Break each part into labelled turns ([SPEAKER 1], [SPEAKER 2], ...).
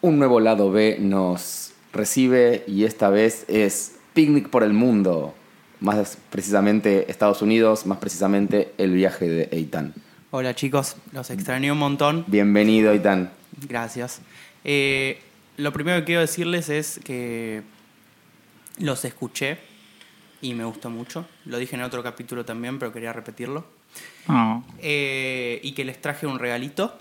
[SPEAKER 1] Un nuevo lado B nos recibe y esta vez es Picnic por el Mundo. Más precisamente Estados Unidos, más precisamente el viaje de Eitan.
[SPEAKER 2] Hola chicos, los extrañé un montón.
[SPEAKER 1] Bienvenido, Eitan.
[SPEAKER 2] Gracias. Eh, lo primero que quiero decirles es que los escuché y me gustó mucho. Lo dije en otro capítulo también, pero quería repetirlo.
[SPEAKER 3] Oh,
[SPEAKER 2] Eh, y que les traje un regalito.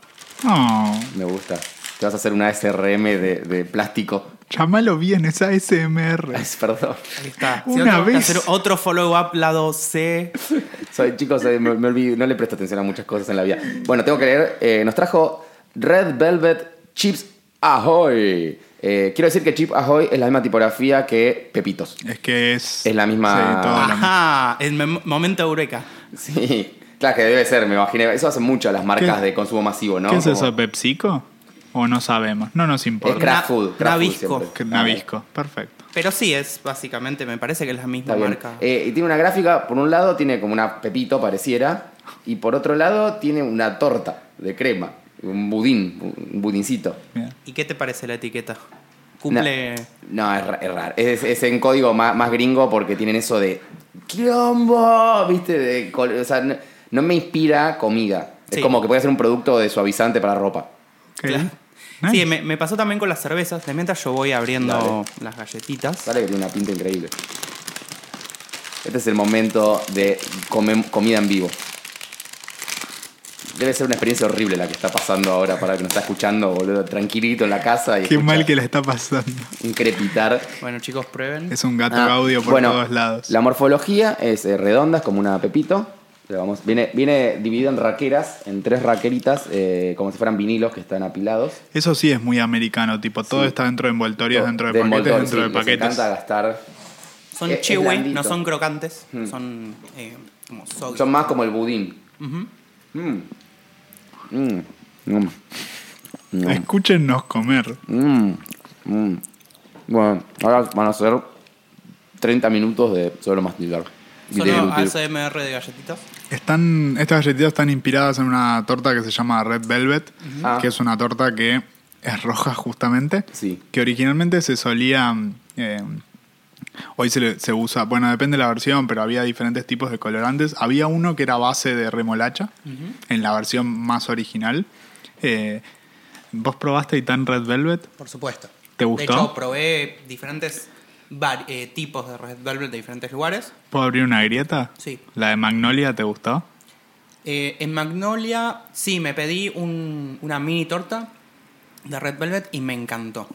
[SPEAKER 3] oh.
[SPEAKER 1] Me gusta. Te vas a hacer una SRM de, de plástico.
[SPEAKER 3] Llámalo bien, es ASMR.
[SPEAKER 1] Ay, Perdón.
[SPEAKER 2] Ahí está.
[SPEAKER 3] Una
[SPEAKER 2] otro,
[SPEAKER 3] vez.
[SPEAKER 2] Hacer otro follow-up lado C.
[SPEAKER 1] Soy, chicos, eh, me, me olvido, no le presto atención a muchas cosas en la vida. Bueno, tengo que leer. eh, nos trajo Red Velvet Chips Ahoy. Eh, quiero decir que Chip Ahoy es la misma tipografía que Pepitos.
[SPEAKER 3] Es que es.
[SPEAKER 1] Es la misma-
[SPEAKER 3] Sí, todo lo mismo.
[SPEAKER 2] Ajá, el mem- momento eureka.
[SPEAKER 1] Sí, claro que debe ser, me imaginé. Eso hacen mucho las marcas
[SPEAKER 3] ¿Qué-
[SPEAKER 1] de consumo masivo, ¿no?
[SPEAKER 3] ¿Qué es
[SPEAKER 1] Como-
[SPEAKER 3] eso, Pepsico? O no sabemos, no nos
[SPEAKER 1] Es
[SPEAKER 3] importa.
[SPEAKER 1] Kraft Food. Kraft Food
[SPEAKER 2] Nabisco.
[SPEAKER 1] siempre.
[SPEAKER 3] Que Nabisco, perfecto.
[SPEAKER 2] Pero sí es, básicamente, me parece que es la misma
[SPEAKER 1] Está bien.
[SPEAKER 2] marca.
[SPEAKER 1] Eh, y tiene una gráfica, por un lado tiene como una pepito, pareciera, y por otro lado tiene una torta de crema, un budín, un budincito.
[SPEAKER 3] Bien.
[SPEAKER 2] ¿Y qué te parece la etiqueta? Cumple.
[SPEAKER 1] No, es, ra- es raro. Es, es en código más, más gringo porque tienen eso de quilombo, ¿viste? De col- o sea, no, no me inspira comida.
[SPEAKER 2] Sí.
[SPEAKER 1] Es como que puede ser un producto de suavizante para ropa.
[SPEAKER 3] Ok.
[SPEAKER 2] Claro.
[SPEAKER 3] Nice.
[SPEAKER 2] Sí, me, me pasó también con las cervezas. De mientras yo voy abriendo
[SPEAKER 1] Dale.
[SPEAKER 2] las galletitas.
[SPEAKER 1] Sale que tiene una pinta increíble. Este es el momento de come- comida en vivo. Debe ser una experiencia horrible la que está pasando ahora para el que nos está escuchando, boludo, tranquilito en la casa y
[SPEAKER 3] Qué
[SPEAKER 1] escucha
[SPEAKER 3] mal que la está pasando.
[SPEAKER 1] un crepitar.
[SPEAKER 2] Bueno, chicos, prueben.
[SPEAKER 3] Es un gato
[SPEAKER 1] Ah,
[SPEAKER 3] audio por
[SPEAKER 1] bueno,
[SPEAKER 3] todos lados.
[SPEAKER 1] La morfología es eh, redonda, es como una pepito. Le vamos- viene, viene dividida en raqueras, en tres raqueritas, eh, como si fueran vinilos que están apilados.
[SPEAKER 3] Eso sí es muy americano, tipo, todo está dentro de envoltorios, dentro de, paquetes,
[SPEAKER 1] envoltorio,
[SPEAKER 3] dentro
[SPEAKER 1] sí,
[SPEAKER 3] de
[SPEAKER 1] les
[SPEAKER 3] paquetes.
[SPEAKER 1] encanta gastar
[SPEAKER 2] Son
[SPEAKER 1] es- es
[SPEAKER 2] chewy,
[SPEAKER 1] blandito. Hmm.
[SPEAKER 2] no son crocantes. Son eh, como soggy.
[SPEAKER 1] Son más como el budín.
[SPEAKER 2] Ujú.
[SPEAKER 1] Mm. Mm. Mm. Mm.
[SPEAKER 3] Escúchennos comer.
[SPEAKER 1] Mm. Mm. Bueno, ahora van a ser 30 minutos de solo masticar. Y de
[SPEAKER 2] Solo
[SPEAKER 1] deglutir.
[SPEAKER 2] ASMR de galletitas.
[SPEAKER 3] Están, estas galletitas están inspiradas en una torta que se llama Red Velvet,
[SPEAKER 1] Ah.
[SPEAKER 3] que es una torta que es roja justamente,
[SPEAKER 1] Sí.
[SPEAKER 3] que originalmente se solía... eh, hoy se, le- se usa, bueno, depende de la versión, pero había diferentes tipos de colorantes. Había uno que era base de remolacha, en la versión más original. Eh, ¿Vos probaste tan Red Velvet?
[SPEAKER 2] Por supuesto. De
[SPEAKER 3] ¿Te gustó?
[SPEAKER 2] hecho, probé diferentes vari- eh, tipos de Red Velvet de diferentes lugares.
[SPEAKER 3] ¿Puedo abrir una grieta?
[SPEAKER 2] Sí.
[SPEAKER 3] ¿La de Magnolia te gustó?
[SPEAKER 2] Eh, en Magnolia, sí, me pedí un- una mini torta de Red Velvet y me encantó.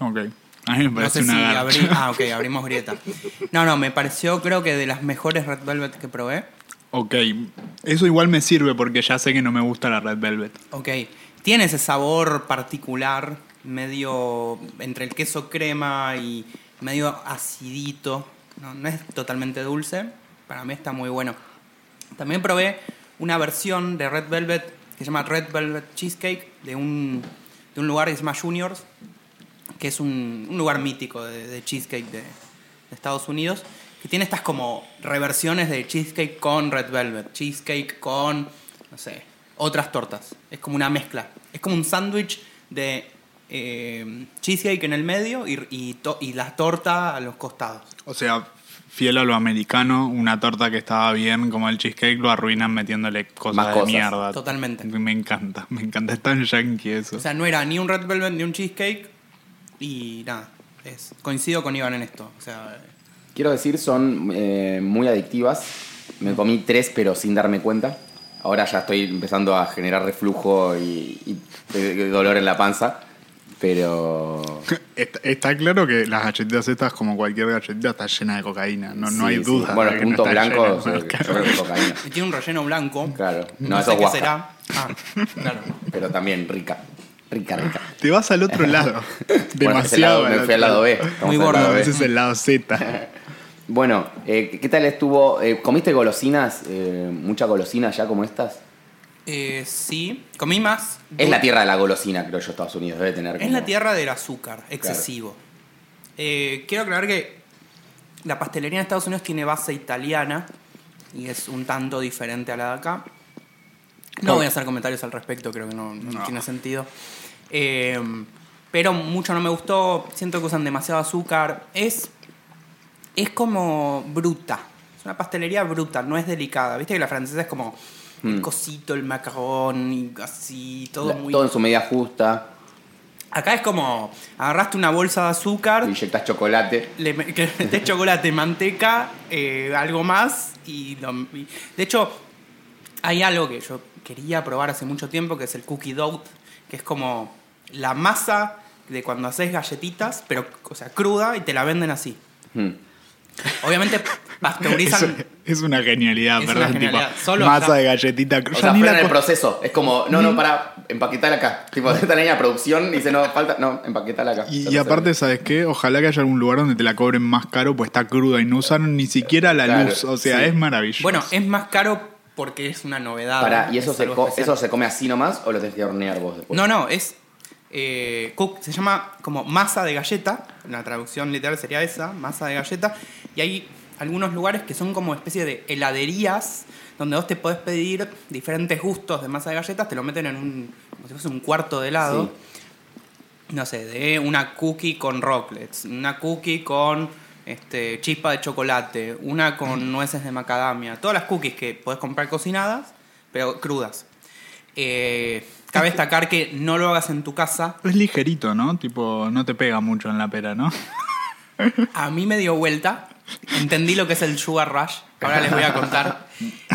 [SPEAKER 3] Ok. A mí me
[SPEAKER 2] No sé
[SPEAKER 3] parece
[SPEAKER 2] si
[SPEAKER 3] una garcha.
[SPEAKER 2] abrí... Ah, ok, abrimos grieta. No, no, me pareció creo que de las mejores Red Velvet que probé.
[SPEAKER 3] Ok, eso igual me sirve porque ya sé que no me gusta la Red Velvet.
[SPEAKER 2] Ok, tiene ese sabor particular, medio entre el queso crema y medio acidito. No, no es totalmente dulce, para mí está muy bueno. También probé una versión de Red Velvet que se llama Red Velvet Cheesecake de un, de un lugar que se llama Juniors, que es un, un lugar mítico de, de cheesecake de, de Estados Unidos, que tiene estas como reversiones de cheesecake con red velvet, cheesecake con, no sé, otras tortas. Es como una mezcla. Es como un sándwich de eh, cheesecake en el medio y, y, to- y la torta a los costados.
[SPEAKER 3] O sea, fiel a lo americano, una torta que estaba bien como el cheesecake lo arruinan metiéndole cosas
[SPEAKER 1] Más
[SPEAKER 3] de
[SPEAKER 1] cosas.
[SPEAKER 3] mierda.
[SPEAKER 2] Totalmente.
[SPEAKER 3] Me encanta, me encanta. Es tan yankee eso.
[SPEAKER 2] O sea, no era ni un red velvet ni un cheesecake y nada. Es, coincido con Iván en esto. O sea, eh,
[SPEAKER 1] Quiero decir, son eh, muy adictivas. Me comí tres, pero sin darme cuenta. Ahora ya estoy empezando a generar reflujo y, y, eh, dolor en la panza. Pero.
[SPEAKER 3] está, está claro que las galletitas estas, como cualquier galletita, está llena de cocaína. No, no
[SPEAKER 1] Sí,
[SPEAKER 3] hay
[SPEAKER 1] sí.
[SPEAKER 3] duda.
[SPEAKER 1] Bueno,
[SPEAKER 3] de que no
[SPEAKER 1] puntos
[SPEAKER 3] está
[SPEAKER 1] blancos,
[SPEAKER 3] llena.
[SPEAKER 1] eh, yo creo que cocaína.
[SPEAKER 2] tiene un relleno blanco.
[SPEAKER 1] Claro. No,
[SPEAKER 2] No,
[SPEAKER 1] eso
[SPEAKER 2] sé
[SPEAKER 1] es
[SPEAKER 2] qué
[SPEAKER 1] guaja.
[SPEAKER 2] será. Ah, claro.
[SPEAKER 1] Pero también rica. Rica, rica.
[SPEAKER 3] Te vas al otro lado.
[SPEAKER 1] Bueno, ese
[SPEAKER 3] Demasiado.
[SPEAKER 1] lado- me fui al lado B. Estamos
[SPEAKER 2] Muy
[SPEAKER 1] en el
[SPEAKER 2] gordo.
[SPEAKER 1] lado B.
[SPEAKER 3] Ese es el lado Z.
[SPEAKER 1] Bueno, eh, ¿qué tal estuvo? Eh, ¿Comiste golosinas? Eh, ¿Mucha golosina ya como estas?
[SPEAKER 2] Eh, sí, comí más.
[SPEAKER 1] Es la tierra de la golosina, creo yo, Estados Unidos. Debe tener.
[SPEAKER 2] Es
[SPEAKER 1] como-
[SPEAKER 2] la tierra del azúcar excesivo. Eh, quiero aclarar que la pastelería en Estados Unidos tiene base italiana y es un tanto diferente a la de acá.
[SPEAKER 1] Oh.
[SPEAKER 2] No voy a hacer comentarios al respecto, creo que no, no tiene sentido. Eh, Pero mucho no me gustó. Siento que usan demasiado azúcar. Es. Es como bruta. Es una pastelería bruta, no es delicada. Viste que la francesa es como. El cosito, el macarrón, y así, todo
[SPEAKER 1] Mm. La-
[SPEAKER 2] muy.
[SPEAKER 1] todo en su medida justa.
[SPEAKER 2] Acá es como. Agarraste una bolsa de azúcar.
[SPEAKER 1] Inyectas chocolate.
[SPEAKER 2] le me- que le metés chocolate, manteca, eh, algo más. Y, lo- y- de hecho, hay algo que yo quería probar hace mucho tiempo, que es el cookie dough, que es como la masa de cuando haces galletitas, pero o sea, cruda, y te la venden así.
[SPEAKER 1] Mm.
[SPEAKER 2] Obviamente
[SPEAKER 3] Eso
[SPEAKER 2] pasteurizan...
[SPEAKER 3] es una genialidad,
[SPEAKER 2] Es una
[SPEAKER 3] ¿verdad?
[SPEAKER 2] genialidad.
[SPEAKER 3] Tipo,
[SPEAKER 2] Solo
[SPEAKER 3] masa
[SPEAKER 2] acá.
[SPEAKER 3] de galletita.
[SPEAKER 1] O
[SPEAKER 3] Ya
[SPEAKER 1] sea,
[SPEAKER 3] ni la
[SPEAKER 1] frenan el
[SPEAKER 3] co-
[SPEAKER 1] proceso. Es como, no, no, para, empaquetar acá. Tipo, esta línea de producción dice, no, falta, no, empaquetar acá.
[SPEAKER 3] Y,
[SPEAKER 1] Ya
[SPEAKER 3] y
[SPEAKER 1] lo
[SPEAKER 3] aparte,
[SPEAKER 1] saben.
[SPEAKER 3] ¿sabes qué? Ojalá que haya algún lugar donde te la cobren más caro, pues está cruda y no usaron ni siquiera la
[SPEAKER 1] Claro,
[SPEAKER 3] luz. O sea,
[SPEAKER 1] sí.
[SPEAKER 3] es maravilloso.
[SPEAKER 2] Bueno, es más caro porque es una novedad.
[SPEAKER 1] Pará, ¿y eso
[SPEAKER 2] es
[SPEAKER 1] se,
[SPEAKER 2] algo
[SPEAKER 1] co-
[SPEAKER 2] especial.
[SPEAKER 1] eso se come así nomás o lo tenés que hornear vos después?
[SPEAKER 2] No, no, es. eh, cook- se llama como masa de galleta. La traducción literal sería esa, masa de galleta. Y hay algunos lugares que son como especie de heladerías donde vos te podés pedir diferentes gustos de masa de galletas. Te lo meten en un. como si fuese un cuarto de helado. No sé, de una cookie con rocklets, una cookie con este, chispa de chocolate, una con nueces de macadamia. Todas las cookies que podés comprar cocinadas, pero crudas. Eh, cabe destacar que no lo hagas en tu casa.
[SPEAKER 3] Es ligerito, ¿no? Tipo, no te pega mucho en la pera, ¿no?
[SPEAKER 2] A mí me dio vuelta. Entendí lo que es el sugar rush. Ahora les voy a contar.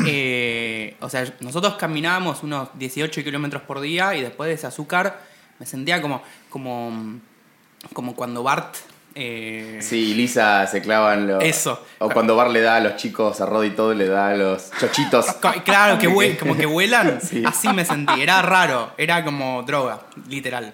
[SPEAKER 2] Eh, o sea, nosotros caminábamos unos 18 kilómetros por día y después de ese azúcar me sentía como, como, como cuando Bart... eh,
[SPEAKER 1] Sí, y Lisa se clavan los.
[SPEAKER 2] Eso.
[SPEAKER 1] O cuando Bar le da a los chicos, a Rod y todo, le da a los chochitos.
[SPEAKER 2] Co- Claro, que hue- como que vuelan.
[SPEAKER 1] Sí.
[SPEAKER 2] Así me sentí. Era raro. Era como droga, literal.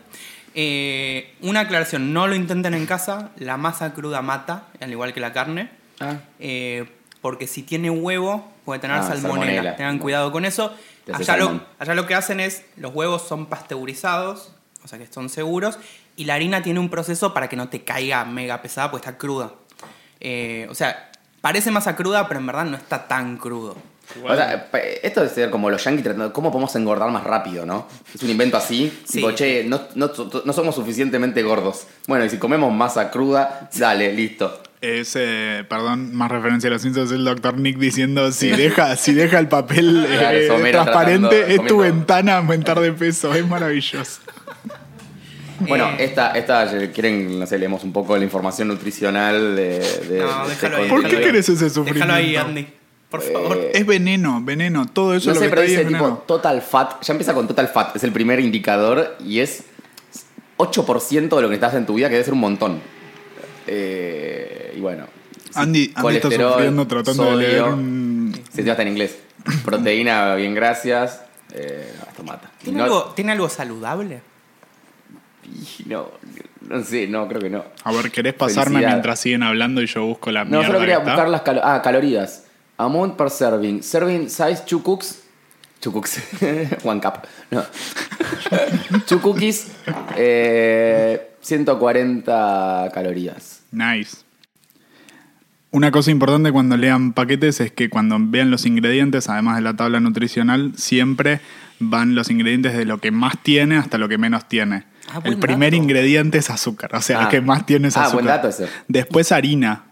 [SPEAKER 2] Eh, una aclaración: no lo intenten en casa. La masa cruda mata, al igual que la carne.
[SPEAKER 1] Ah.
[SPEAKER 2] Eh, porque si tiene huevo, puede tener
[SPEAKER 1] Ah,
[SPEAKER 2] salmonela.
[SPEAKER 1] salmonela.
[SPEAKER 2] Tengan cuidado con eso.
[SPEAKER 1] Te hace
[SPEAKER 2] Allá lo,
[SPEAKER 1] salmón.
[SPEAKER 2] allá lo que hacen es: los huevos son pasteurizados, o sea que son seguros. Y la harina tiene un proceso para que no te caiga mega pesada, porque está cruda. Eh, o sea, parece masa cruda, pero en verdad no está tan crudo.
[SPEAKER 1] O sea, pa- esto debe ser como los yankees tratando. ¿Cómo podemos engordar más rápido, no? Es un invento así.
[SPEAKER 2] Sí.
[SPEAKER 1] Tipo, che, no, no, no somos suficientemente gordos. Bueno, y si comemos masa cruda, dale, listo.
[SPEAKER 3] Es, eh, perdón, más referencia a los Simpsons, el doctor Nick diciendo si deja, si deja el papel eh,
[SPEAKER 1] Claro, es Homero
[SPEAKER 3] transparente,
[SPEAKER 1] tratando-
[SPEAKER 3] es tu
[SPEAKER 1] comiendo-
[SPEAKER 3] ventana a aumentar de peso, es maravilloso.
[SPEAKER 1] Bueno,
[SPEAKER 2] Eh.
[SPEAKER 1] esta, esta, quieren, no sé, leemos un poco la información nutricional de. de-
[SPEAKER 2] No,
[SPEAKER 1] de este
[SPEAKER 2] Eh, déjalo
[SPEAKER 1] contenido.
[SPEAKER 2] ahí.
[SPEAKER 3] ¿Por qué
[SPEAKER 2] déjalo ahí.
[SPEAKER 3] querés ese sufrimiento?
[SPEAKER 2] Déjalo ahí, Andy. Por favor.
[SPEAKER 1] Eh,
[SPEAKER 3] Es veneno, veneno, todo eso
[SPEAKER 1] No
[SPEAKER 3] lo
[SPEAKER 1] sé,
[SPEAKER 3] que
[SPEAKER 1] pero
[SPEAKER 3] está ahí
[SPEAKER 1] dice
[SPEAKER 3] es
[SPEAKER 1] tipo
[SPEAKER 3] veneno.
[SPEAKER 1] total fat. Ya empieza con total fat. Es el primer indicador y es 8% de lo que estás en tu vida, que debe ser un montón. Eh, y bueno.
[SPEAKER 3] Andy, Andy está
[SPEAKER 1] colesterol,
[SPEAKER 3] sufriendo tratando de leer
[SPEAKER 1] sodio.
[SPEAKER 3] un...
[SPEAKER 1] Se te va a estar en inglés. Proteína, bien, gracias. Eh, no, esto mata.
[SPEAKER 2] ¿Tiene,
[SPEAKER 1] no,
[SPEAKER 2] algo, ¿Tiene algo saludable?
[SPEAKER 1] y no, no sé, no, creo que no.
[SPEAKER 3] A ver, ¿querés pasarme
[SPEAKER 1] Felicidad.
[SPEAKER 3] mientras siguen hablando y yo busco la
[SPEAKER 1] No,
[SPEAKER 3] mierda
[SPEAKER 1] solo quería
[SPEAKER 3] que está?
[SPEAKER 1] buscar las calo- ah, calorías. Amount per serving. Serving size 2 cooks. 2 cooks. One cup. No. 2 cookies. eh, 140 calorías.
[SPEAKER 3] Nice. Una cosa importante cuando lean paquetes es que cuando vean los ingredientes, además de la tabla nutricional, siempre van los ingredientes de lo que más tiene hasta lo que menos tiene.
[SPEAKER 2] Ah, buen
[SPEAKER 3] El primer
[SPEAKER 2] dato.
[SPEAKER 3] ingrediente es azúcar, o sea,
[SPEAKER 1] Ah.
[SPEAKER 3] lo que más tiene es
[SPEAKER 1] Ah,
[SPEAKER 3] azúcar.
[SPEAKER 1] buen dato ese.
[SPEAKER 3] Después harina.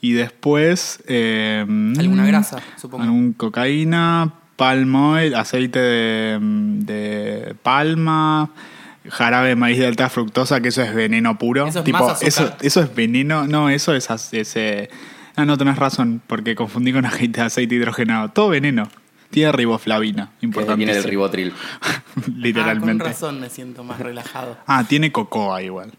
[SPEAKER 3] Y después... eh,
[SPEAKER 2] Alguna grasa, supongo. Ah,
[SPEAKER 3] Algún cocaína, palm oil, aceite de, de palma, jarabe de maíz de alta fructosa, que eso es veneno puro.
[SPEAKER 2] Eso es
[SPEAKER 3] Tipo,
[SPEAKER 2] más azúcar.
[SPEAKER 3] eso- eso es veneno. No, eso es az- ese. Ah, no tenés razón, porque confundí con aceite, aceite hidrogenado. Todo veneno. Tiene riboflavina,
[SPEAKER 1] Que es de viene
[SPEAKER 3] importante.
[SPEAKER 1] del ribotril.
[SPEAKER 3] Literalmente.
[SPEAKER 2] Ah, con razón me siento más relajado.
[SPEAKER 3] Ah, tiene cocoa igual.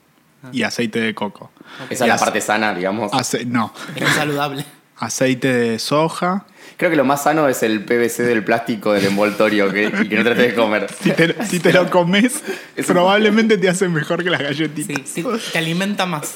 [SPEAKER 2] Ah.
[SPEAKER 3] Y aceite de coco.
[SPEAKER 1] Esa
[SPEAKER 3] Y
[SPEAKER 1] es la
[SPEAKER 3] ace-
[SPEAKER 1] parte sana, digamos.
[SPEAKER 3] ace- no.
[SPEAKER 2] Es saludable.
[SPEAKER 3] Aceite de soja.
[SPEAKER 1] Creo que lo más sano es el PVC del plástico del envoltorio que, y que no trates de comer.
[SPEAKER 3] Si te, si te lo comes,
[SPEAKER 1] Es un-
[SPEAKER 3] probablemente te hace mejor que las
[SPEAKER 2] Sí,
[SPEAKER 3] galletitas.
[SPEAKER 2] sí, te alimenta más.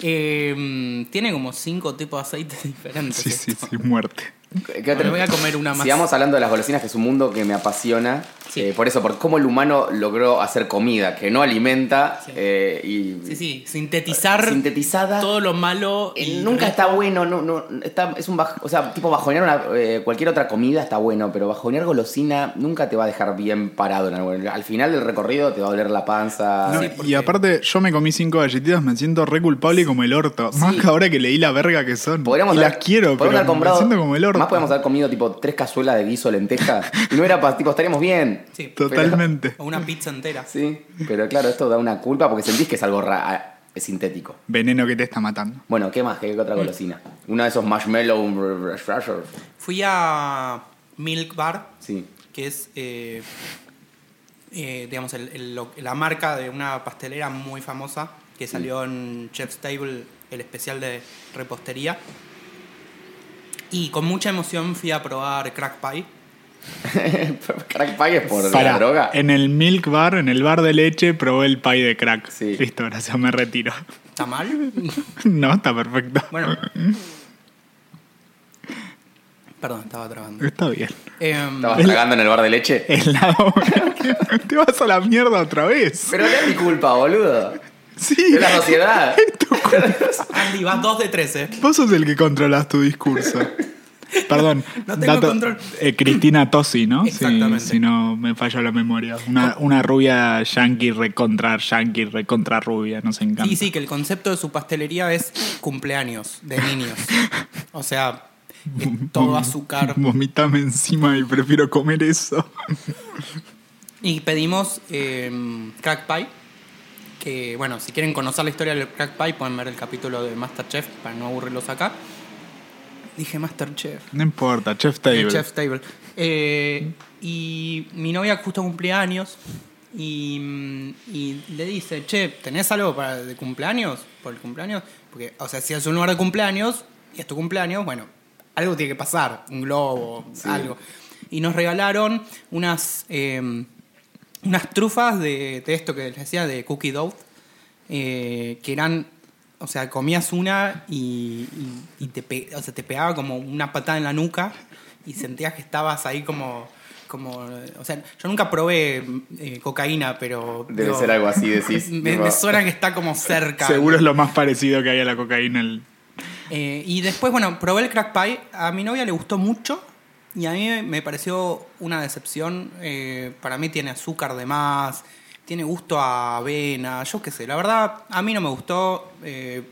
[SPEAKER 2] Eh, tiene como cinco tipos de aceites diferentes.
[SPEAKER 3] Sí, sí,
[SPEAKER 2] esto.
[SPEAKER 3] sí, muerte.
[SPEAKER 1] ¿Qué
[SPEAKER 2] Me
[SPEAKER 1] otra-
[SPEAKER 2] voy a comer una más.
[SPEAKER 1] Sigamos hablando de las golosinas, que es un mundo que me apasiona.
[SPEAKER 2] Sí.
[SPEAKER 1] Eh, por eso, por cómo el humano logró hacer comida que no alimenta
[SPEAKER 2] Sí.
[SPEAKER 1] eh, y
[SPEAKER 2] Sí, sí, sintetizar
[SPEAKER 1] sintetizada.
[SPEAKER 2] todo lo malo.
[SPEAKER 1] Eh,
[SPEAKER 2] y
[SPEAKER 1] nunca
[SPEAKER 2] rico.
[SPEAKER 1] está bueno, no, no, está, es un baj- o sea, tipo bajonear una- eh, cualquier otra comida está bueno, pero bajonear golosina nunca te va a dejar bien parado. en algún- al final del recorrido te va a doler la panza.
[SPEAKER 3] No,
[SPEAKER 2] sí,
[SPEAKER 3] Y
[SPEAKER 2] porque-
[SPEAKER 3] aparte, yo me comí cinco galletitas, me siento re culpable y como el orto. Más que ahora que leí la verga que son.
[SPEAKER 1] Podríamos
[SPEAKER 3] y
[SPEAKER 1] haber-
[SPEAKER 3] las quiero,
[SPEAKER 1] podríamos
[SPEAKER 3] pero
[SPEAKER 1] haber comprado-
[SPEAKER 3] me siento como el orto.
[SPEAKER 1] Más podemos haber comido tipo tres cazuelas de guiso de lentejas y no era para tipo estaríamos bien.
[SPEAKER 2] Sí.
[SPEAKER 3] Totalmente.
[SPEAKER 2] O una pizza entera.
[SPEAKER 1] Sí, pero claro, esto da una culpa porque sentís que es algo ra- es sintético.
[SPEAKER 3] Veneno que te está matando.
[SPEAKER 1] Bueno, ¿qué más? ¿Qué, qué otra golosina? Una de esos marshmallow mm, refreshers.
[SPEAKER 2] Fui a Milk Bar,
[SPEAKER 1] Sí.
[SPEAKER 2] que es, eh, eh, digamos, el- el lo- la marca de una pastelera muy famosa que salió en Chef's Table, el especial de repostería. Y con mucha emoción fui a probar crack pie.
[SPEAKER 1] Crack pie es por
[SPEAKER 3] Pará,
[SPEAKER 1] la droga.
[SPEAKER 3] En el milk bar, en el bar de leche, probé el pie de crack.
[SPEAKER 1] Sí.
[SPEAKER 3] Listo, gracias, me retiro.
[SPEAKER 2] ¿Está mal?
[SPEAKER 3] no, está perfecto.
[SPEAKER 2] Bueno. Perdón, estaba Em, trabajando.
[SPEAKER 3] Está bien.
[SPEAKER 1] Estabas tragando en el bar de leche.
[SPEAKER 3] El lado te vas a la mierda otra vez.
[SPEAKER 1] Pero no es mi culpa, boludo.
[SPEAKER 3] Sí.
[SPEAKER 1] Es la sociedad.
[SPEAKER 2] Andy, vas 2 de eh. 13.
[SPEAKER 3] Vos sos el que controlas tu discurso. Perdón.
[SPEAKER 2] No tengo control.
[SPEAKER 3] eh, Cristina Tosi, ¿no? Si-
[SPEAKER 2] Exactamente.
[SPEAKER 3] Si, no me falla la memoria. Una, una rubia yankee recontra yankee recontra rubia. Nos encanta.
[SPEAKER 2] Sí, sí, que el concepto de su pastelería es cumpleaños de niños. O sea, es todo azúcar.
[SPEAKER 3] Vomitame encima y prefiero comer eso.
[SPEAKER 2] Y pedimos eh, crack pie. Que bueno, si quieren conocer la historia del crack pie, pueden ver el capítulo de Masterchef para no aburrirlos acá. Dije Masterchef.
[SPEAKER 3] No importa, Chef Table.
[SPEAKER 2] El Chef's Table. Eh, y mi novia justo cumplía años y, mm, y le dice, che, ¿tenés algo para de cumpleaños? ¿Por el cumpleaños? Porque, o sea, si es un lugar de cumpleaños y es tu cumpleaños, bueno, algo tiene que pasar, un globo, algo. Y nos regalaron unas, eh, unas trufas de, de esto que les decía, de cookie dough, eh, que eran... O sea, comías una y, y- y te, pe- o sea, te pegaba como una patada en la nuca y sentías que estabas ahí como... como o sea, yo nunca probé eh, cocaína, pero...
[SPEAKER 1] Debe
[SPEAKER 2] digo,
[SPEAKER 1] ser algo así, decís.
[SPEAKER 2] Me,
[SPEAKER 1] tipo,
[SPEAKER 2] me suena que está como cerca.
[SPEAKER 3] Seguro es lo más parecido que hay a la cocaína. El...
[SPEAKER 2] Eh, y después, bueno, probé el crack pie. A mi novia le gustó mucho y a mí me pareció una decepción. Eh, para mí tiene azúcar de más, tiene gusto a avena, yo qué sé. La verdad, a mí no me gustó. eh,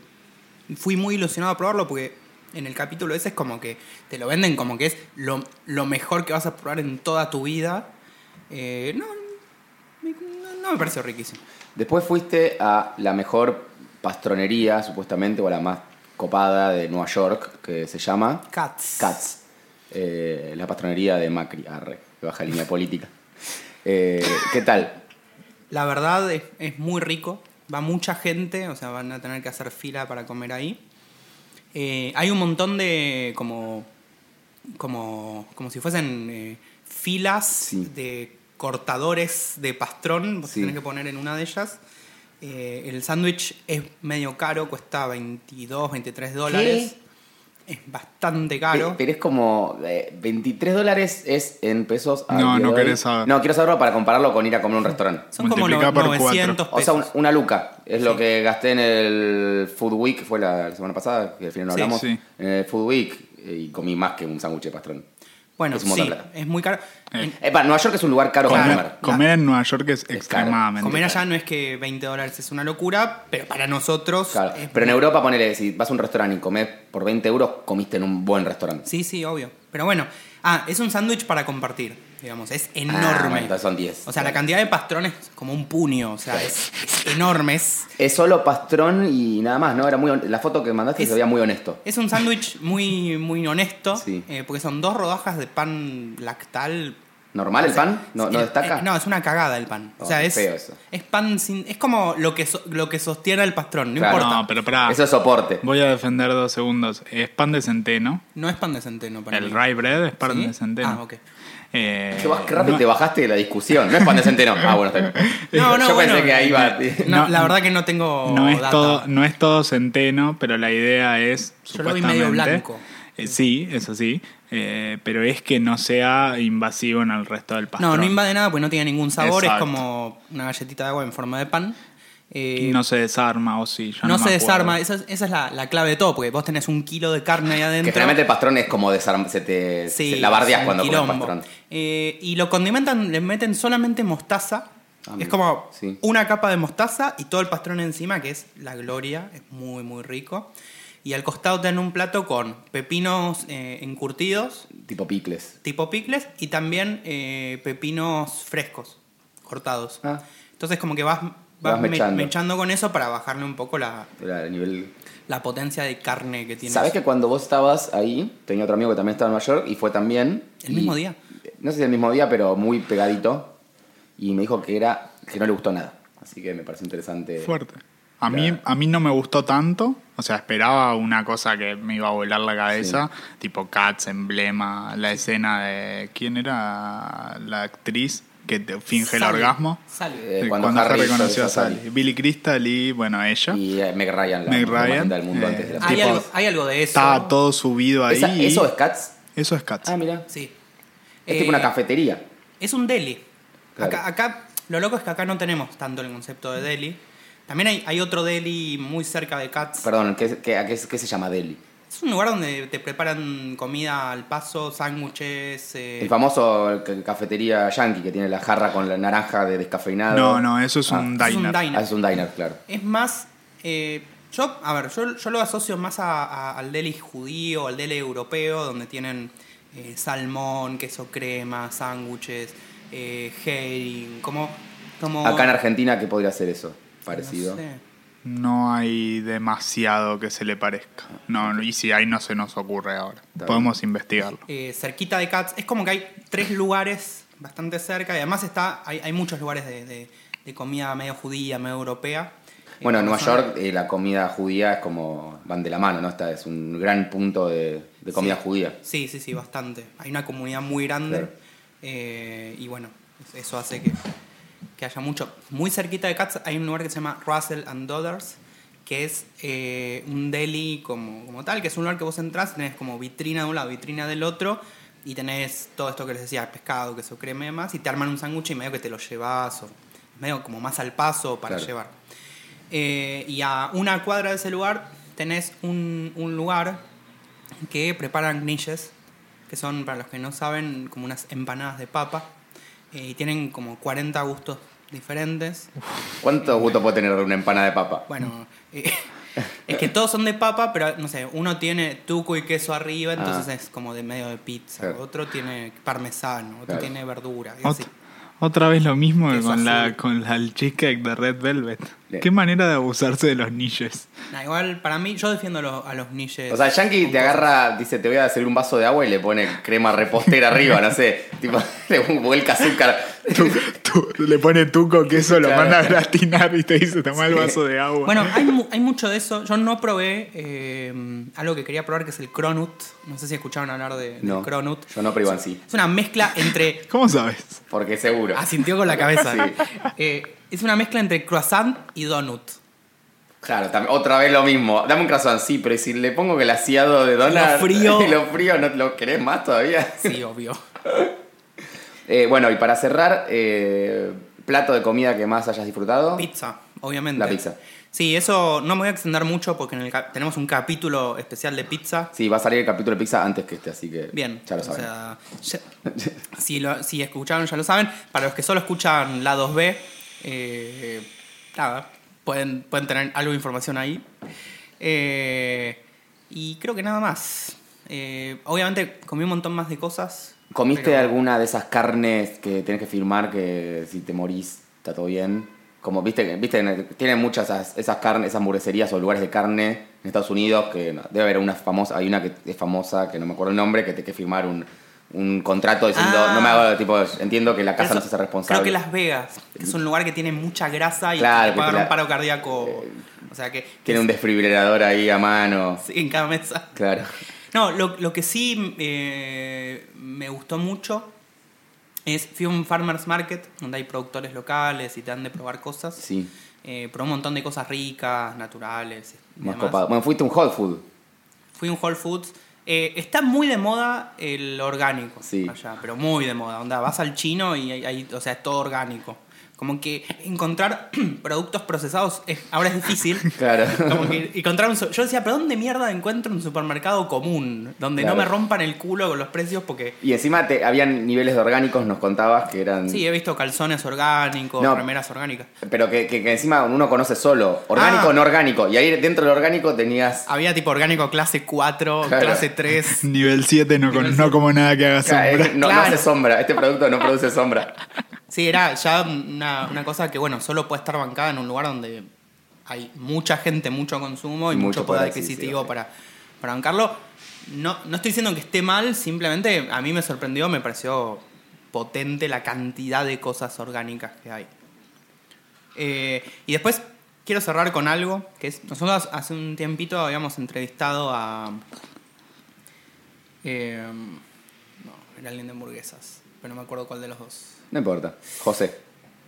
[SPEAKER 2] fui muy ilusionado a probarlo porque en el capítulo ese es como que te lo venden como que es lo, lo mejor que vas a probar en toda tu vida. Eh, no, me- no, no me pareció riquísimo.
[SPEAKER 1] Después fuiste a la mejor pastronería, supuestamente, o a la más copada de Nueva York, que se llama
[SPEAKER 2] Cats.
[SPEAKER 1] Cats. Eh, la pastronería de Macri, arre, de baja línea política. Eh, ¿Qué tal?
[SPEAKER 2] La verdad es, es muy rico. Va mucha gente, o sea, van a tener que hacer fila para comer ahí. Eh, hay un montón de como como como si fuesen eh, filas
[SPEAKER 1] Sí.
[SPEAKER 2] de cortadores de pastrón. Vos
[SPEAKER 1] Sí.
[SPEAKER 2] tenés que poner en una de ellas. Eh, el sándwich es medio caro, cuesta 22, 23 dólares. Es bastante
[SPEAKER 1] Pe-
[SPEAKER 2] caro.
[SPEAKER 1] Pero es como eh, 23 dólares es en pesos. al
[SPEAKER 3] No,
[SPEAKER 1] día
[SPEAKER 3] no
[SPEAKER 1] de hoy.
[SPEAKER 3] querés saber.
[SPEAKER 1] No, quiero saberlo para compararlo con ir a comer a un restaurante.
[SPEAKER 2] Son como no-
[SPEAKER 3] multiplica por
[SPEAKER 2] 900
[SPEAKER 1] O sea, un-
[SPEAKER 2] pesos.
[SPEAKER 1] una luca. Es lo que gasté en el Food Week, fue la, la semana pasada, que al final no
[SPEAKER 2] Sí,
[SPEAKER 1] hablamos.
[SPEAKER 3] sí.
[SPEAKER 1] En el Food Week eh, y comí más que un sándwich de pastrón.
[SPEAKER 2] bueno,
[SPEAKER 1] es un montón
[SPEAKER 2] sí,
[SPEAKER 1] de plata.
[SPEAKER 2] es muy caro.
[SPEAKER 3] Eh,
[SPEAKER 2] En-
[SPEAKER 1] Eh, para, Nueva York es un lugar caro para
[SPEAKER 3] Comer,
[SPEAKER 1] comer.
[SPEAKER 3] comer en Nueva York es, extremadamente.
[SPEAKER 2] Comer allá no es que 20 dólares es una locura, pero para nosotros.
[SPEAKER 1] Claro.
[SPEAKER 2] es
[SPEAKER 1] Pero en
[SPEAKER 2] muy-
[SPEAKER 1] Europa, ponele, si vas a un restaurante y comes por 20 euros, comiste en un buen restaurante.
[SPEAKER 2] Sí, sí, obvio. Pero bueno, ah, es un sándwich para compartir, digamos, es
[SPEAKER 1] Ah, bueno,
[SPEAKER 2] enorme.
[SPEAKER 1] entonces son 10.
[SPEAKER 2] o sea, la cantidad de pastrones es como un puño, o sea, es, es enorme. Es,
[SPEAKER 1] Es solo pastrón y nada más, ¿no? Era muy hon- La foto que mandaste
[SPEAKER 2] Es-
[SPEAKER 1] se veía muy honesto.
[SPEAKER 2] es un sándwich muy, muy honesto,
[SPEAKER 1] Sí.
[SPEAKER 2] eh, porque son dos rodajas de pan lactal.
[SPEAKER 1] ¿Normal el pan? ¿No, no
[SPEAKER 2] Eh,
[SPEAKER 1] destaca?
[SPEAKER 2] eh, no, es una cagada el pan.
[SPEAKER 1] Oh,
[SPEAKER 2] o sea,
[SPEAKER 1] qué
[SPEAKER 2] es,
[SPEAKER 1] feo eso.
[SPEAKER 2] es pan sin. Es como lo que, so- lo que sostiene el pastrón, no
[SPEAKER 1] Claro.
[SPEAKER 2] importa.
[SPEAKER 3] No, pero
[SPEAKER 2] Ah.
[SPEAKER 3] pará.
[SPEAKER 1] Eso es soporte.
[SPEAKER 3] Voy a defender dos segundos. Es pan de centeno.
[SPEAKER 2] No es pan de centeno para
[SPEAKER 3] El
[SPEAKER 2] mí.
[SPEAKER 3] rye bread es pan
[SPEAKER 2] ¿Sí?
[SPEAKER 3] de centeno.
[SPEAKER 2] Ah, ok.
[SPEAKER 3] Eh,
[SPEAKER 1] Te vas rápido
[SPEAKER 3] no-
[SPEAKER 1] y te bajaste de la discusión. No es pan de centeno. Ah, bueno, está bien.
[SPEAKER 2] No, no,
[SPEAKER 1] Yo
[SPEAKER 2] bueno,
[SPEAKER 1] pensé que ahí iba.
[SPEAKER 2] No,
[SPEAKER 3] No,
[SPEAKER 2] la verdad que no tengo
[SPEAKER 3] no es
[SPEAKER 2] data.
[SPEAKER 3] todo no es todo centeno pero la idea es
[SPEAKER 2] Yo lo vi medio
[SPEAKER 3] supuestamente,
[SPEAKER 2] blanco.
[SPEAKER 3] eh, sí eso sí eh, pero es que no sea invasivo en el resto del pastel.
[SPEAKER 2] No, no invade nada porque no tiene ningún sabor,
[SPEAKER 3] Exacto.
[SPEAKER 2] es como una galletita de agua en forma de pan. Eh,
[SPEAKER 3] No se desarma, o sí, ya
[SPEAKER 2] no
[SPEAKER 3] no
[SPEAKER 2] se
[SPEAKER 3] me acuerdo.
[SPEAKER 2] desarma, esa es, esa es la, la clave de todo, porque vos tenés un kilo de carne ahí
[SPEAKER 1] Que
[SPEAKER 2] adentro.
[SPEAKER 1] generalmente el pastrón es como desarm se te
[SPEAKER 2] Sí,
[SPEAKER 1] se la bardeas
[SPEAKER 2] es un
[SPEAKER 1] cuando comes
[SPEAKER 2] quilombo.
[SPEAKER 1] pastrón.
[SPEAKER 2] Eh, y lo condimentan, le meten solamente mostaza.
[SPEAKER 1] Ah,
[SPEAKER 2] es
[SPEAKER 1] mira,
[SPEAKER 2] como
[SPEAKER 1] sí.
[SPEAKER 2] una capa de mostaza y todo el pastrón encima, que es la gloria, es muy, muy rico. Y al costado tienen un plato con pepinos eh, encurtidos,
[SPEAKER 1] Tipo picles.
[SPEAKER 2] tipo picles, y también eh, pepinos frescos, cortados.
[SPEAKER 1] Ah.
[SPEAKER 2] Entonces como que vas, vas,
[SPEAKER 1] Vas
[SPEAKER 2] me-
[SPEAKER 1] mechando.
[SPEAKER 2] mechando con eso para bajarle un poco la,
[SPEAKER 1] Era a nivel
[SPEAKER 2] la potencia de carne que tiene.
[SPEAKER 1] ¿Sabes que cuando vos estabas ahí, tenía otro amigo que también estaba en Nueva York y fue también.
[SPEAKER 2] ¿El
[SPEAKER 1] y-
[SPEAKER 2] mismo día?
[SPEAKER 1] No sé si el mismo día, pero muy pegadito. Y me dijo que era que no le gustó nada. Así que me pareció interesante.
[SPEAKER 3] Fuerte. A
[SPEAKER 1] Claro.
[SPEAKER 3] mí, a mí no me gustó tanto. O sea, esperaba una cosa que me iba a volar la cabeza. Tipo Cats, emblema, la escena de. ¿Quién era la actriz que te- finge el
[SPEAKER 2] Sale,
[SPEAKER 3] orgasmo?
[SPEAKER 2] sale.
[SPEAKER 1] Eh,
[SPEAKER 3] Sí,
[SPEAKER 1] cuando
[SPEAKER 3] cuando se
[SPEAKER 1] Harry
[SPEAKER 3] reconoció a
[SPEAKER 1] hizo Sally.
[SPEAKER 3] Sally. Billy Crystal y, bueno, ella.
[SPEAKER 1] Y eh, Meg Ryan, la
[SPEAKER 3] Meg
[SPEAKER 1] mejor
[SPEAKER 3] Ryan,
[SPEAKER 1] banda del mundo
[SPEAKER 3] eh,
[SPEAKER 1] antes de la
[SPEAKER 3] ah,
[SPEAKER 2] Hay
[SPEAKER 3] Tipo,
[SPEAKER 2] algo, hay algo de eso.
[SPEAKER 3] Estaba todo subido ahí.
[SPEAKER 1] Esa- ¿Eso es Cats?
[SPEAKER 3] Eso es Cats.
[SPEAKER 1] Ah, mira.
[SPEAKER 2] Sí.
[SPEAKER 1] Es
[SPEAKER 2] Eh,
[SPEAKER 1] tipo una cafetería.
[SPEAKER 2] Es un deli.
[SPEAKER 1] Claro.
[SPEAKER 2] Acá, acá- lo loco es que acá no tenemos tanto el concepto de deli. También hay, hay otro deli muy cerca de Cats.
[SPEAKER 1] Perdón, ¿qué, qué- a qué, qué se llama Delhi?
[SPEAKER 2] Es un lugar donde te preparan comida al paso, sándwiches. eh,
[SPEAKER 1] El famoso ca- cafetería yankee que tiene la jarra con la naranja de descafeinado.
[SPEAKER 3] No, no, eso es
[SPEAKER 1] Ah.
[SPEAKER 3] un
[SPEAKER 2] Es un
[SPEAKER 3] diner.
[SPEAKER 2] diner.
[SPEAKER 1] Ah, es un diner, claro.
[SPEAKER 2] Es más, eh, yo, a ver, yo, yo lo asocio más a- a- al deli judío, al deli europeo, donde tienen eh, salmón, queso crema, sándwiches, eh, herring, como, como...
[SPEAKER 1] Acá en Argentina, ¿qué podría ser eso?
[SPEAKER 2] no
[SPEAKER 1] Parecido.
[SPEAKER 2] sé.
[SPEAKER 3] No hay demasiado que se le parezca. No, no, y si hay, no se nos ocurre ahora.
[SPEAKER 1] bien.
[SPEAKER 3] Podemos investigarlo.
[SPEAKER 2] eh, cerquita de Cats. Es como que hay tres lugares bastante cerca y además está, hay, hay muchos lugares de, de- de comida medio judía, medio europea. Eh,
[SPEAKER 1] Bueno, en
[SPEAKER 2] como
[SPEAKER 1] Nueva
[SPEAKER 2] son-
[SPEAKER 1] York eh, la comida judía es como van de la mano, ¿no? Esta es un gran punto de, de comida
[SPEAKER 2] Sí.
[SPEAKER 1] judía.
[SPEAKER 2] Sí, sí, sí, bastante. Hay una comunidad muy grande
[SPEAKER 1] Claro.
[SPEAKER 2] eh, y bueno, eso hace que, que haya mucho. Muy cerquita de Cats hay un lugar que se llama Russell and Dodders, que es eh, un deli como, como tal, que es un lugar que vos entras, tenés como vitrina de un lado, vitrina del otro, y tenés todo esto que les decía, pescado, queso crema y demás, y te arman un sándwich y medio que te lo llevas, o medio como más al paso para
[SPEAKER 1] Claro.
[SPEAKER 2] llevar. Eh, y a una cuadra de ese lugar tenés un, un lugar que preparan gnilles, que son, para los que no saben, como unas empanadas de papa. eh, y tienen como 40 gustos diferentes.
[SPEAKER 1] ¿Cuántos gustos puede tener una empanada de papa?
[SPEAKER 2] Bueno, eh, es que todos son de papa, pero no sé, uno tiene tuco y queso arriba, entonces
[SPEAKER 1] Ah.
[SPEAKER 2] es como de medio de pizza.
[SPEAKER 1] Claro.
[SPEAKER 2] Otro tiene parmesano, otro
[SPEAKER 1] Claro.
[SPEAKER 2] tiene verdura. y así.
[SPEAKER 3] Ot- otra vez lo mismo que
[SPEAKER 2] Queso
[SPEAKER 3] con la,
[SPEAKER 2] azul.
[SPEAKER 3] con la cheesecake de Red Velvet.
[SPEAKER 1] Le-
[SPEAKER 3] Qué manera de abusarse de los niches.
[SPEAKER 2] Nah, igual, para mí, yo defiendo a los, a los gnilles.
[SPEAKER 1] O sea, el Yankee
[SPEAKER 2] con
[SPEAKER 1] te
[SPEAKER 2] cosas.
[SPEAKER 1] agarra, dice, te voy a hacer un vaso de agua y le pone crema repostera arriba, no sé. Tipo, le vuelca azúcar.
[SPEAKER 3] le pone tuco queso, lo
[SPEAKER 1] Claro.
[SPEAKER 3] manda a gratinar y te dice toma el vaso de agua.
[SPEAKER 2] Bueno, hay, mu- hay mucho de eso. Yo no probé eh, algo que quería probar, que es el cronut. No sé si escucharon hablar de, del
[SPEAKER 1] No,
[SPEAKER 2] cronut.
[SPEAKER 1] yo no, pero Iván sí.
[SPEAKER 2] Es una mezcla entre...
[SPEAKER 3] ¿Cómo sabes?
[SPEAKER 1] Porque seguro.
[SPEAKER 2] Asintió con la cabeza.
[SPEAKER 1] Sí.
[SPEAKER 2] Eh, es una mezcla entre croissant y donut.
[SPEAKER 1] Claro, tam- otra vez lo mismo. Dame un croissant, sí, pero si le pongo glaciado de dólar...
[SPEAKER 2] frío.
[SPEAKER 1] Y lo frío, ¿no lo querés más todavía?
[SPEAKER 2] Sí, obvio.
[SPEAKER 1] Eh, bueno, y para cerrar, eh, plato de comida que más hayas disfrutado.
[SPEAKER 2] Pizza, obviamente.
[SPEAKER 1] La pizza.
[SPEAKER 2] Sí, eso no me voy a extender mucho porque en el ca- tenemos un capítulo especial de pizza.
[SPEAKER 1] Sí, va a salir el capítulo de pizza antes que este, así que
[SPEAKER 2] Bien.
[SPEAKER 1] ya lo
[SPEAKER 2] o
[SPEAKER 1] saben.
[SPEAKER 2] sea, ya- si, lo- si escucharon ya lo saben. Para los que solo escuchan la 2B, eh, nada, pueden, pueden tener algo de información ahí. Eh, y creo que nada más. Eh, obviamente comí un montón más de cosas.
[SPEAKER 1] ¿Comiste
[SPEAKER 2] pero-
[SPEAKER 1] alguna de esas carnes que tenés que firmar que si te morís está todo bien? Como viste, que- viste en el- tienen muchas esas, esas carnes, esas hamburgueserías o lugares de carne en Estados Unidos que no, debe haber una famosa, hay una que es famosa, que no me acuerdo el nombre, que tenés que firmar un, un contrato diciendo,
[SPEAKER 2] Ah.
[SPEAKER 1] no me hago, tipo, entiendo que la casa
[SPEAKER 2] Pero
[SPEAKER 1] no
[SPEAKER 2] eso-
[SPEAKER 1] se hace responsable.
[SPEAKER 2] Creo que Las Vegas, que es un lugar que tiene mucha grasa y
[SPEAKER 1] Claro,
[SPEAKER 2] te
[SPEAKER 1] que
[SPEAKER 2] puede
[SPEAKER 1] te
[SPEAKER 2] dar
[SPEAKER 1] la-
[SPEAKER 2] un paro cardíaco. o sea que.
[SPEAKER 1] Tiene un desfibrilador ahí a mano.
[SPEAKER 2] sí, en cada mesa.
[SPEAKER 1] Claro.
[SPEAKER 2] No, lo, lo que sí eh, me gustó mucho es. Fui a un farmers market donde hay productores locales y te dan de probar cosas.
[SPEAKER 1] Sí.
[SPEAKER 2] Eh, probé un montón de cosas ricas, naturales. y
[SPEAKER 1] Más
[SPEAKER 2] demás.
[SPEAKER 1] copado. Bueno, fuiste un hot food.
[SPEAKER 2] Fui a un Whole Foods Eh, está muy de moda el orgánico
[SPEAKER 1] Sí.
[SPEAKER 2] allá, pero muy de moda. Onda, vas al chino y hay- hay- o sea, es todo orgánico. Como que encontrar productos procesados es- ahora es difícil.
[SPEAKER 1] Claro.
[SPEAKER 2] Como que encontrar un su- yo decía, ¿pero dónde mierda encuentro un supermercado común? Donde no
[SPEAKER 1] Claro.
[SPEAKER 2] me rompan el culo con los precios porque...
[SPEAKER 1] Y encima te, habían niveles de orgánicos, nos contabas que eran.
[SPEAKER 2] Sí, he visto calzones orgánicos,
[SPEAKER 1] No.
[SPEAKER 2] remeras orgánicas.
[SPEAKER 1] Pero que, que- que encima uno conoce solo. Orgánico,
[SPEAKER 2] Ah.
[SPEAKER 1] no orgánico. Y ahí dentro del orgánico tenías.
[SPEAKER 2] Había tipo orgánico clase 4,
[SPEAKER 1] Claro.
[SPEAKER 2] clase 3.
[SPEAKER 3] Nivel 7 no, con-
[SPEAKER 2] Nivel
[SPEAKER 3] no
[SPEAKER 2] siete.
[SPEAKER 3] como nada que haga
[SPEAKER 1] Ca- eh, No,
[SPEAKER 3] sombra.
[SPEAKER 1] no
[SPEAKER 2] Ah, Claro.
[SPEAKER 1] hace sombra. Este producto no produce sombra.
[SPEAKER 2] Sí, era ya una, una cosa que, bueno, solo puede estar bancada en un lugar donde hay mucha gente, mucho consumo y mucho,
[SPEAKER 1] Mucho
[SPEAKER 2] poder
[SPEAKER 1] poder
[SPEAKER 2] adquisitivo
[SPEAKER 1] adquisitivo, sí.
[SPEAKER 2] para, para bancarlo. No, no estoy diciendo que esté mal, simplemente a mí me sorprendió, me pareció potente la cantidad de cosas orgánicas que hay. Eh, y después quiero cerrar con algo, que es, nosotros hace un tiempito habíamos entrevistado a... eh, no, era alguien de hamburguesas, pero no me acuerdo cuál de los dos.
[SPEAKER 1] No importa. José.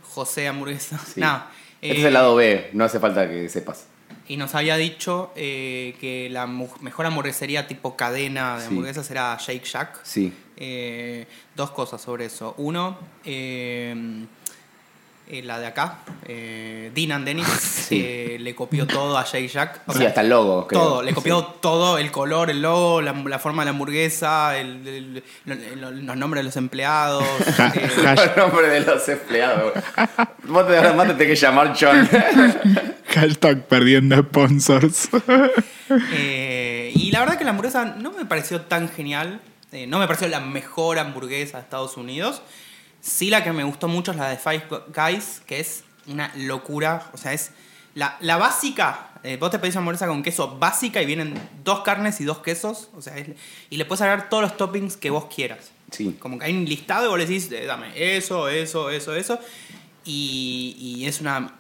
[SPEAKER 2] José Hamburguesa.
[SPEAKER 1] sí.
[SPEAKER 2] No,
[SPEAKER 1] este
[SPEAKER 2] eh,
[SPEAKER 1] es el lado B. No hace falta que sepas.
[SPEAKER 2] Y nos había dicho eh, que la mu- mejor hamburguesería tipo cadena de
[SPEAKER 1] Sí.
[SPEAKER 2] hamburguesas era Shake Shack.
[SPEAKER 1] Sí.
[SPEAKER 2] Eh, dos cosas sobre eso. Uno, eh, eh, la de acá, eh, Dean and Dennis, que le copió todo a Shake Shack. O
[SPEAKER 1] Sí,
[SPEAKER 2] sea,
[SPEAKER 1] hasta el logo. creo.
[SPEAKER 2] todo, le copió todo, el color, el logo, la, la forma de la hamburguesa, el- el- lo- lo- los nombres de los empleados. eh,
[SPEAKER 1] El nombre de los empleados. Vos te, ahora más te tenés que llamar John.
[SPEAKER 3] Hashtag perdiendo sponsors.
[SPEAKER 2] Eh, y la verdad que la hamburguesa no me pareció tan genial. eh, no me pareció la mejor hamburguesa de Estados Unidos. Sí, la que me gustó mucho es la de Five Guys, que es una locura. O sea, es la, la básica. eh, vos te pedís una hamburguesa con queso básica y vienen dos carnes y dos quesos. O sea, es- y le puedes agregar todos los toppings que vos quieras.
[SPEAKER 1] Sí.
[SPEAKER 2] Como que hay un listado y vos le decís, eh, dame eso, eso, eso, eso. Y, y es una.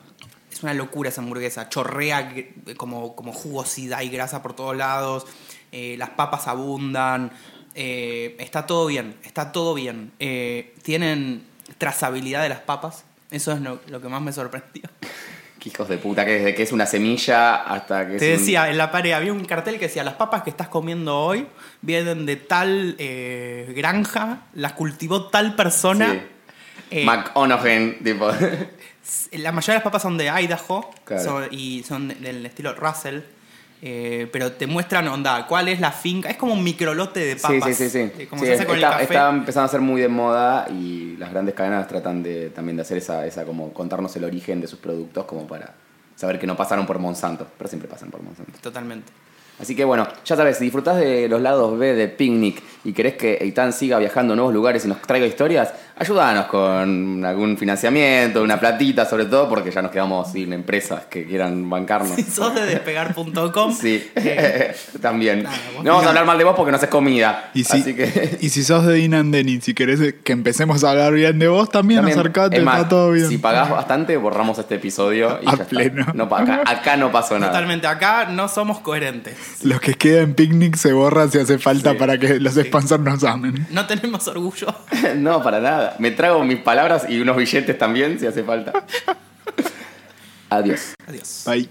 [SPEAKER 2] Es una locura esa hamburguesa. Chorrea gr- como, como jugosidad y grasa por todos lados. eh, las papas abundan. eh, está todo bien. Está todo bien. Eh, tienen trazabilidad de las papas. Eso es lo, lo que más me sorprendió.
[SPEAKER 1] Qué hijos de puta, que desde que es una semilla hasta que
[SPEAKER 2] Te
[SPEAKER 1] es un-
[SPEAKER 2] decía, en la pared había un cartel que decía, las papas que estás comiendo hoy vienen de tal eh, granja, las cultivó tal persona. Eh,
[SPEAKER 1] McConaughey, tipo.
[SPEAKER 2] la mayoría de las papas son de Idaho
[SPEAKER 1] Claro.
[SPEAKER 2] son- y son de- del estilo Russell. eh, pero te muestran, onda, cuál es la finca. Es como un microlote de
[SPEAKER 1] sí,
[SPEAKER 2] papas.
[SPEAKER 1] sí, sí, sí.
[SPEAKER 2] eh, Como
[SPEAKER 1] Sí,
[SPEAKER 2] se hace con
[SPEAKER 1] está,
[SPEAKER 2] el café.
[SPEAKER 1] está empezando a ser muy de moda y las grandes cadenas tratan de también de hacer esa, esa como contarnos el origen de sus productos como para saber que no pasaron por Monsanto, pero siempre pasan por Monsanto.
[SPEAKER 2] Totalmente.
[SPEAKER 1] Así que bueno, ya sabes, si disfrutás de los lados B de Picnic y querés que Eitan siga viajando a nuevos lugares y nos traiga historias, ayúdanos con algún financiamiento, una platita sobre todo, porque ya nos quedamos sin empresas que quieran bancarnos.
[SPEAKER 2] Si sos de despegar.com,
[SPEAKER 1] Sí, también.
[SPEAKER 2] Nada, vos
[SPEAKER 1] no vamos
[SPEAKER 2] mirá.
[SPEAKER 1] a hablar mal de vos porque no haces comida.
[SPEAKER 3] Y si,
[SPEAKER 1] Así que.
[SPEAKER 3] y si sos de Dean and Dennis y querés que empecemos a hablar bien de vos, también,
[SPEAKER 1] también,
[SPEAKER 3] acercate,
[SPEAKER 1] es más,
[SPEAKER 3] está todo bien.
[SPEAKER 1] Si pagás bastante, borramos este episodio y
[SPEAKER 3] A
[SPEAKER 1] ya está.
[SPEAKER 3] pleno.
[SPEAKER 1] No, pa- acá, acá no pasó nada.
[SPEAKER 2] totalmente. Acá no somos coherentes.
[SPEAKER 3] Los que quedan picnic se borran si hace falta
[SPEAKER 1] Sí.
[SPEAKER 3] para que los sponsors nos amen.
[SPEAKER 2] No tenemos orgullo.
[SPEAKER 1] No, para nada. Me trago mis palabras y unos billetes también si hace falta. Adiós.
[SPEAKER 2] Adiós.
[SPEAKER 3] Bye.